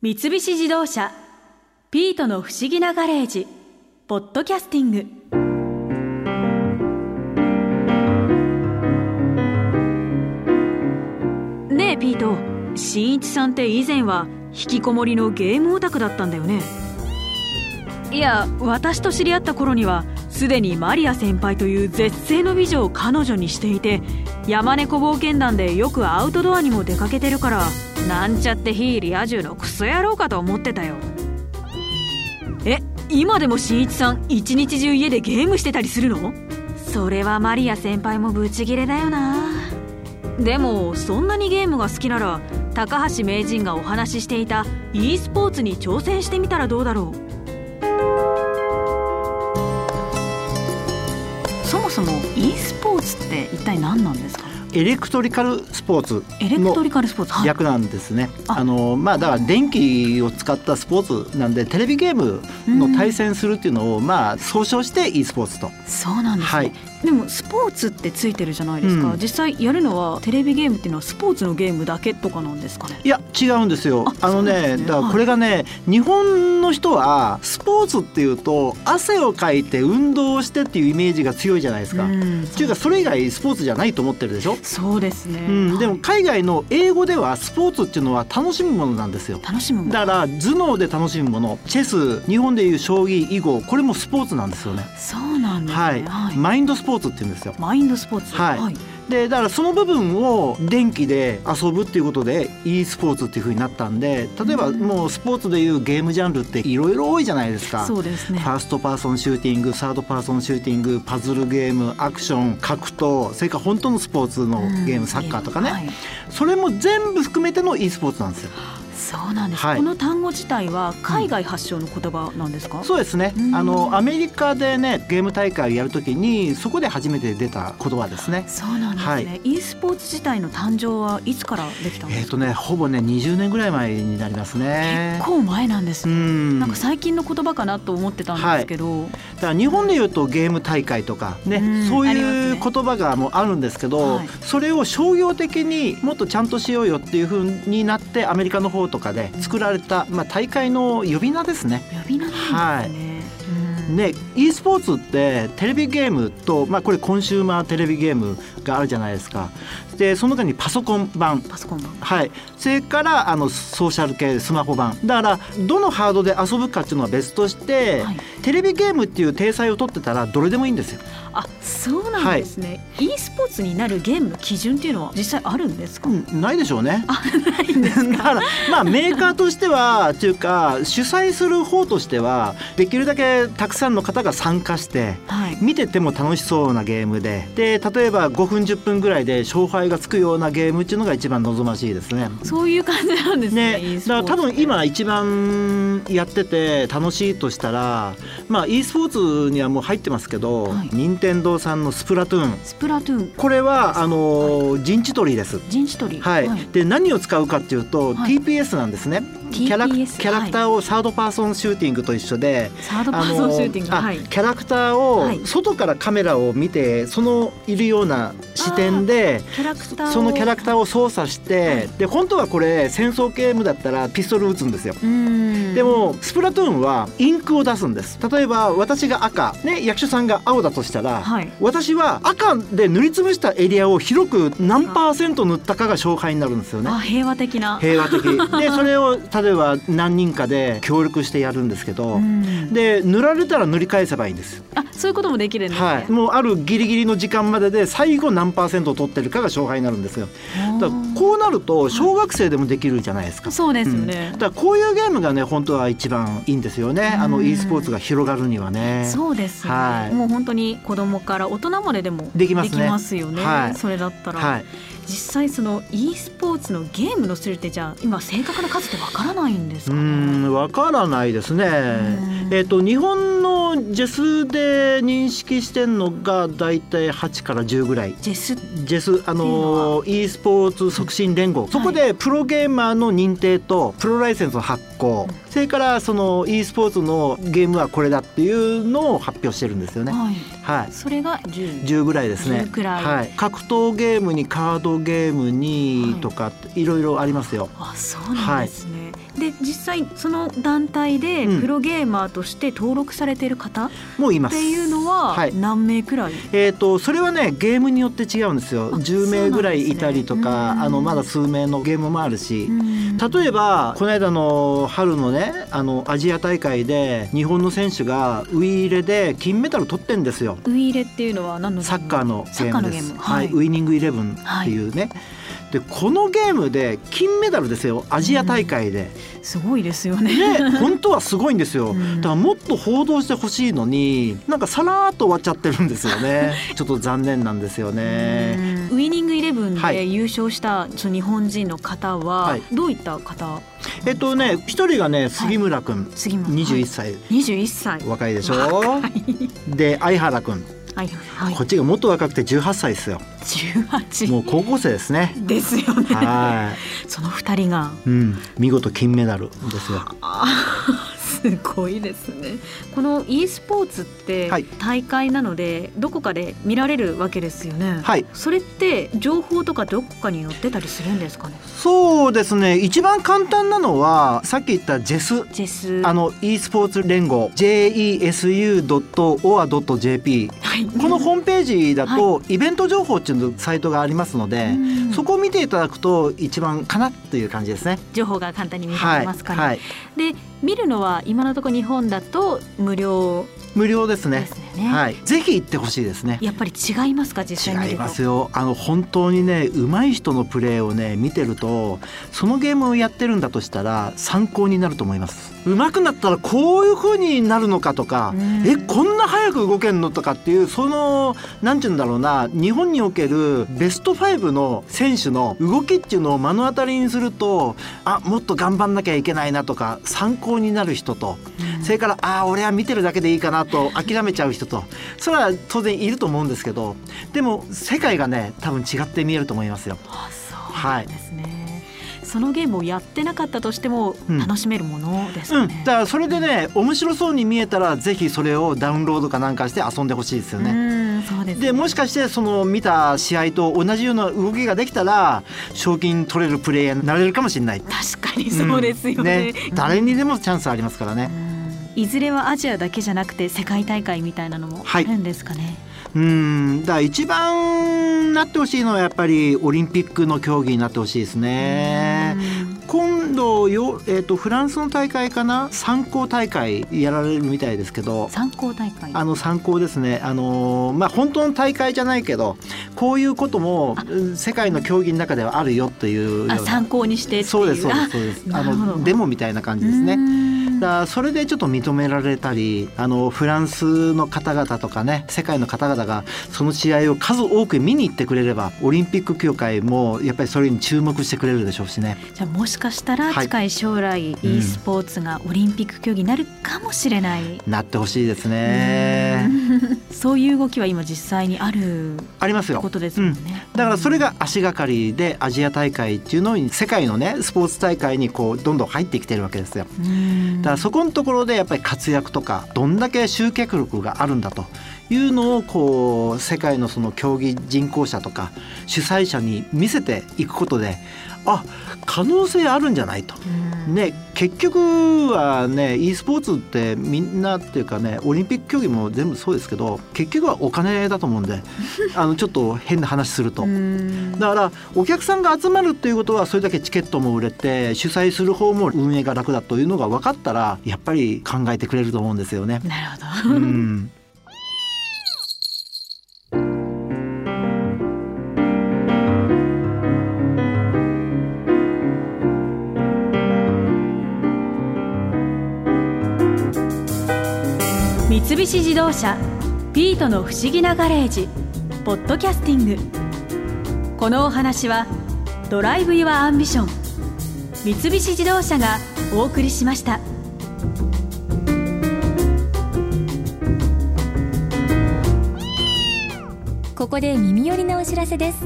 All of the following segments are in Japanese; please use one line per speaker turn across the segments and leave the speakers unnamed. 三菱自動車「ピートの不思議なガレージ」「ポッドキャスティング」ねえピート新一さんって以前は引きこもりのゲームオタクだったんだよねいや私と知り合った頃にはすでにマリア先輩という絶世の美女を彼女にしていて山猫冒険団でよくアウトドアにも出かけてるからなんちゃって非リア充のクソ野郎かと思ってたよえ今でも新一さん一日中家でゲームしてたりするのそれはマリア先輩もブチギレだよなでもそんなにゲームが好きなら高橋名人がお話ししていた e スポーツに挑戦してみたらどうだろ
そもそも e スポーツって一体何なんですか
エレクトリカルスポーツ
エレクト
の
リカルスポーツはい
略なんですね。
あ
あのまあだから電気を使ったスポーツなんでテレビゲームの対戦するっていうのをまあ総称して e スポーツと。
そうなんですね、
はい
でもスポーツってついてるじゃないですか、
うん
実際やるのはテレビゲームっていうのはスポーツのゲームだけとかなんですかね
いや違うんですよ
あ。
あの
そうなんで
ね
すね
だからこれがね日本の人はスポーツっていうと汗をかいて運動をしてっていうイメージが強いじゃないですか。
う
っ
ん
ていうかそれ以外スポーツじゃないと思ってるでしょ。
そうですね、
うん、でも海外の英語ではスポーツっていうのは楽しむものなんですよ。
楽しむもの
だから頭脳で楽しむものチェス日本でいう将棋囲碁これもスポーツなんですよね。
そうなんですね
はい、
はい
マインドスポーツって言うんですよ
マインドスポーツ
はいでだからその部分を電気で遊ぶっていうことで e スポーツっていう風になったんで例えば
うん
もうスポーツでいうゲームジャンルっていろいろ多いじゃないですか。
そうですね
ファーストパーソンシューティングサードパーソンシューティングパズルゲームアクション格闘それから本当のスポーツのゲーム、
うん
サッカーとかね、
はい
それも全部含めての e スポーツなんですよ。
そうなんです、
はい
この単語自体は海外発祥の言葉なんですか、
そうですね
うん
あのアメリカでねゲーム大会やるときにそこで初めて出た言葉ですね。
そうなんですね、
はい
e スポーツ自体の誕生はいつからできたんで
えっ、
す
と
か、
ね、ほぼね、20年ぐらい前になりますね。
結構前なんです
う
ね、
ん、
なん
だ
か
か
最近の言葉かなと思ってたんですけど、
ら日本でいうとゲーム大会とかね、
うん
そう
あります
いう
ね
言葉がもうあるんですけど、
はい
それを商業的にもっとちゃんとしようよっていう風になってアメリカの方とかで作られた、まあ、大会の呼び名ですね。
呼び名なんですね。うん
ね、e スポーツってテレビゲームと、まあ、これコンシューマーテレビゲームがあるじゃないですかでその他にパソコン版
パソコン版。
はい、それからあのソーシャル系スマホ版だからどのハードで遊ぶかっていうのは別として、
はい
テレビゲームっていう体裁を取ってたらどれでもいいんですよ。
あ、そうなんですね。e スポーツになるゲームの基準っていうのは実際あるんですか。
うんないでしょうね。
ないんです
だからまあメーカーとしてはというか主催する方としてはできるだけたくさんの方が参加して
はい。
見てても楽しそうなゲームでで例えば5分10分ぐらいで勝敗がつくようなゲームっていうのが一番望ましいですね。
そういう感じなんですね。
ね
e ス、ポ
だから
ーツ
多分今一番やってて楽しいとしたら、まあ、e スポーツにはもう入ってますけど、
はい
任天堂さんのスプラトゥーン
スプラトゥーン、
これはあのー陣地取りです。
人種取り。
はいで何を使うかっていうと、
はい
TPS なんですねキャラク
TPS
キャラクターをサードパーソンシューティングと一緒で、
サードパ
あ
ーソンシューティング。
あ
はい。
キャラクタ
は
ー
い
を外からカメラを見てそのいるような視点で
キャラクターを。
そのキャラクターを操作して、
はい
で本当はこれ戦争ゲームだったらピストル撃つんですよ。
うん。
でもスプラトゥーンはインクを出すんです例えば私が赤、ね、役所さんが青だとしたら、
はい
私は赤で塗りつぶしたエリアを広く何パーセント塗ったかが勝敗になるんですよね
あ、平和的な。
平和的でそれを例えば何人かで協力してやるんですけど、
うん
で塗られたら塗り返せばいいんです、
あ、そういうこともできるんですね。
はい、もうあるギリギリの時間までで最後何パーセントを取ってるかが勝敗になるんですよ
おー
だからこうなると小学生でもできるじゃないですか、
そうですよ
う
ね
んだ。からこういうゲームがね本当は一番いいんですよね、あ
う
の
ん
e スポーツが広がるにはね。
そうですね、
はい
もう本当に子供から大人まででも
できますね
よね、
はい
それだったら、
はい、
実際その e スポーツのゲームの種類ってじゃあ今正確な数ってわからないんです
う
かね
んわからないですね
ん。
えっと日本の分ジェスで認識してんのが大体8から10ぐらい
ジェス
ジェスあの e スポーツ促進連合、そこでプロゲーマーの認定とプロライセンスの発行、それからその e スポーツのゲームはこれだっていうのを発表してるんですよね。
はい、
はい
それが10
10ぐらいですね
10くらい
はい、格闘ゲームにカードゲームにとかいろいろありますよ。
あそうなんですね、で実際その団体で
うん
プロゲーマーとして登録されている方っ
もういます
ていうのは
はい
何名くらい、
えー、とそれはねゲームによって違うんですよ
あ
10名ぐらいいたりと
そうな
か、
んですね
あ
う
の
ん
まだ数名のゲームもあるし、
うん
例えばこの間の春のねあのアジア大会で日本の選手がウイイレで金メダル取ってんですよ
ウイイレっていうのは何の
サッカーの
サ
ゲ
ッカ
ー
ー
ム
の
で
ゲー
す
ム
は
はいい
ウイニングイレブンっていうね、でこのゲームで金メダルですよアジア大会で、
すごいですよね。
で本当はすごいんですよ、
うん
だからもっと報道してほしいのになんかさらーっと終わっちゃってるんですよねちょっと残念なんですよね、
ウイニングイレブン
は
で
い
優勝したその日本人の方
は
はいどういった方
えっとね一人がね杉村君、ん
杉村
21歳、
21歳
若いでしょで相原君
はいはい
こっちがもっと若くて18歳ですよ
18
もう高校生で すね
ですよね
は
その二人が
い、うん、見事金メダルですよ
あーすごいですねこの e スポーツって
はい
大会なのでどこかで見られるわけですよね
はい
それって情報とかどこかに載ってたりするんですかね
そうですね一番簡単なのはさっき言ったジェス
ジェス
あの e スポーツ連合 jesu.oa.jp
はい
このホームページだとイベント情報っていうサイトがありますので、
うん
そこを見ていただくと一番かなっていう感じですね。
情報が簡単に見ら
は
れ
い、
ますから、
はい、
で見るのは今のところ日本だと無料
無料です
で
ね。
すよね。
はい、ぜひ行ってほしいですね。
やっぱり違いますか実際見る
違
と。
いますよあの本当にね上手い人のプレーをね見てるとそのゲームをやってるんだとしたら参考になると思います上手くなったらこういう風になるのかとか
うん
えこんな早く動けんのとかっていうその何て言うんだろうな日本におけるベスト5の選手の動きっていうのを目の当たりにするとあもっと頑張んなきゃいけないなとか参考になる人とそれからああ俺は見てるだけでいいかなと諦めちゃう人とそれは当然いると思うんですけどでも世界がね多分違って見えると思いますよ。
あそうなんですね。そのゲームをやってなかったとしても
うん
楽しめるものです
う
か
ん、だ
ね。
からそれでね面白そうに見えたらぜひそれをダウンロードかなんかして遊んでほしいですよね。
うんそうですね
でもしかしてその見た試合と同じような動きができたら賞金取れるプレイヤーになれるかもしれない。
確かに そうですよね。
うん誰にでもチャンスありますからね。
うんいずれはアジアだけじゃなくて世界大会みたいなのも
は
あ
い
るんですかね。
うん、だから一番なってほしいのはやっぱりオリンピックの競技になってほしいですね。
うん
今度よ、えー、とフランスの大会かな参考大会やられるみたいですけど
参考大会。
あの参考ですね、あのーまあ、本当の大会じゃないけどこういうこともうん世界の競技の中ではあるよというよう
あ
な
参考にしてっていう。
そうですそうで
あ
すそうです
な
あ
るほど
のデモみたいな感じです
う
ね。
ん
だからそれでちょっと認められたりあのフランスの方々とかね世界の方々がその試合を数多く見に行ってくれればオリンピック協会もやっぱりそれに注目してくれるでしょうしね。
じゃあもしかしたら
はい
近い将来、
うん
e スポーツがオリンピック競技になるかもしれない、
なってほしいですね。
そういう動きは今実際にある
ありますよ
こ。とですもんね、
だからそれ
が
が足がかりでアジア大会っていうのに世界のねスポーツ大会にこうどんどん入ってきてるわけですよ。だからそこのところでやっぱり活躍とかどんだけ集客力があるんだというのをこう世界のその競技人口者とか主催者に見せていくことであ可能性あるんじゃないと。ね、結局はね e スポーツってみんなっていうかねオリンピック競技も全部そうですけど結局はお金だと思うんであのちょっと変な話すると。だからお客さんが集まるっていうことはそれだけチケットも売れて主催する方も運営が楽だというのが分かったらやっぱり考えてくれると思うんです よね。
なるほ
う
ど、
ん、
三菱自動車ピートの不思議なガレージポッドキャスティングこのお話はドライブ・イワ・アンビション三菱自動車がお送りしました
ここで耳寄りなお知らせです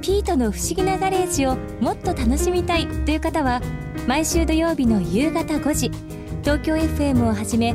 ピートの不思議なガレージをもっと楽しみたいという方は毎週土曜日の夕方5時東京 FM をはじめ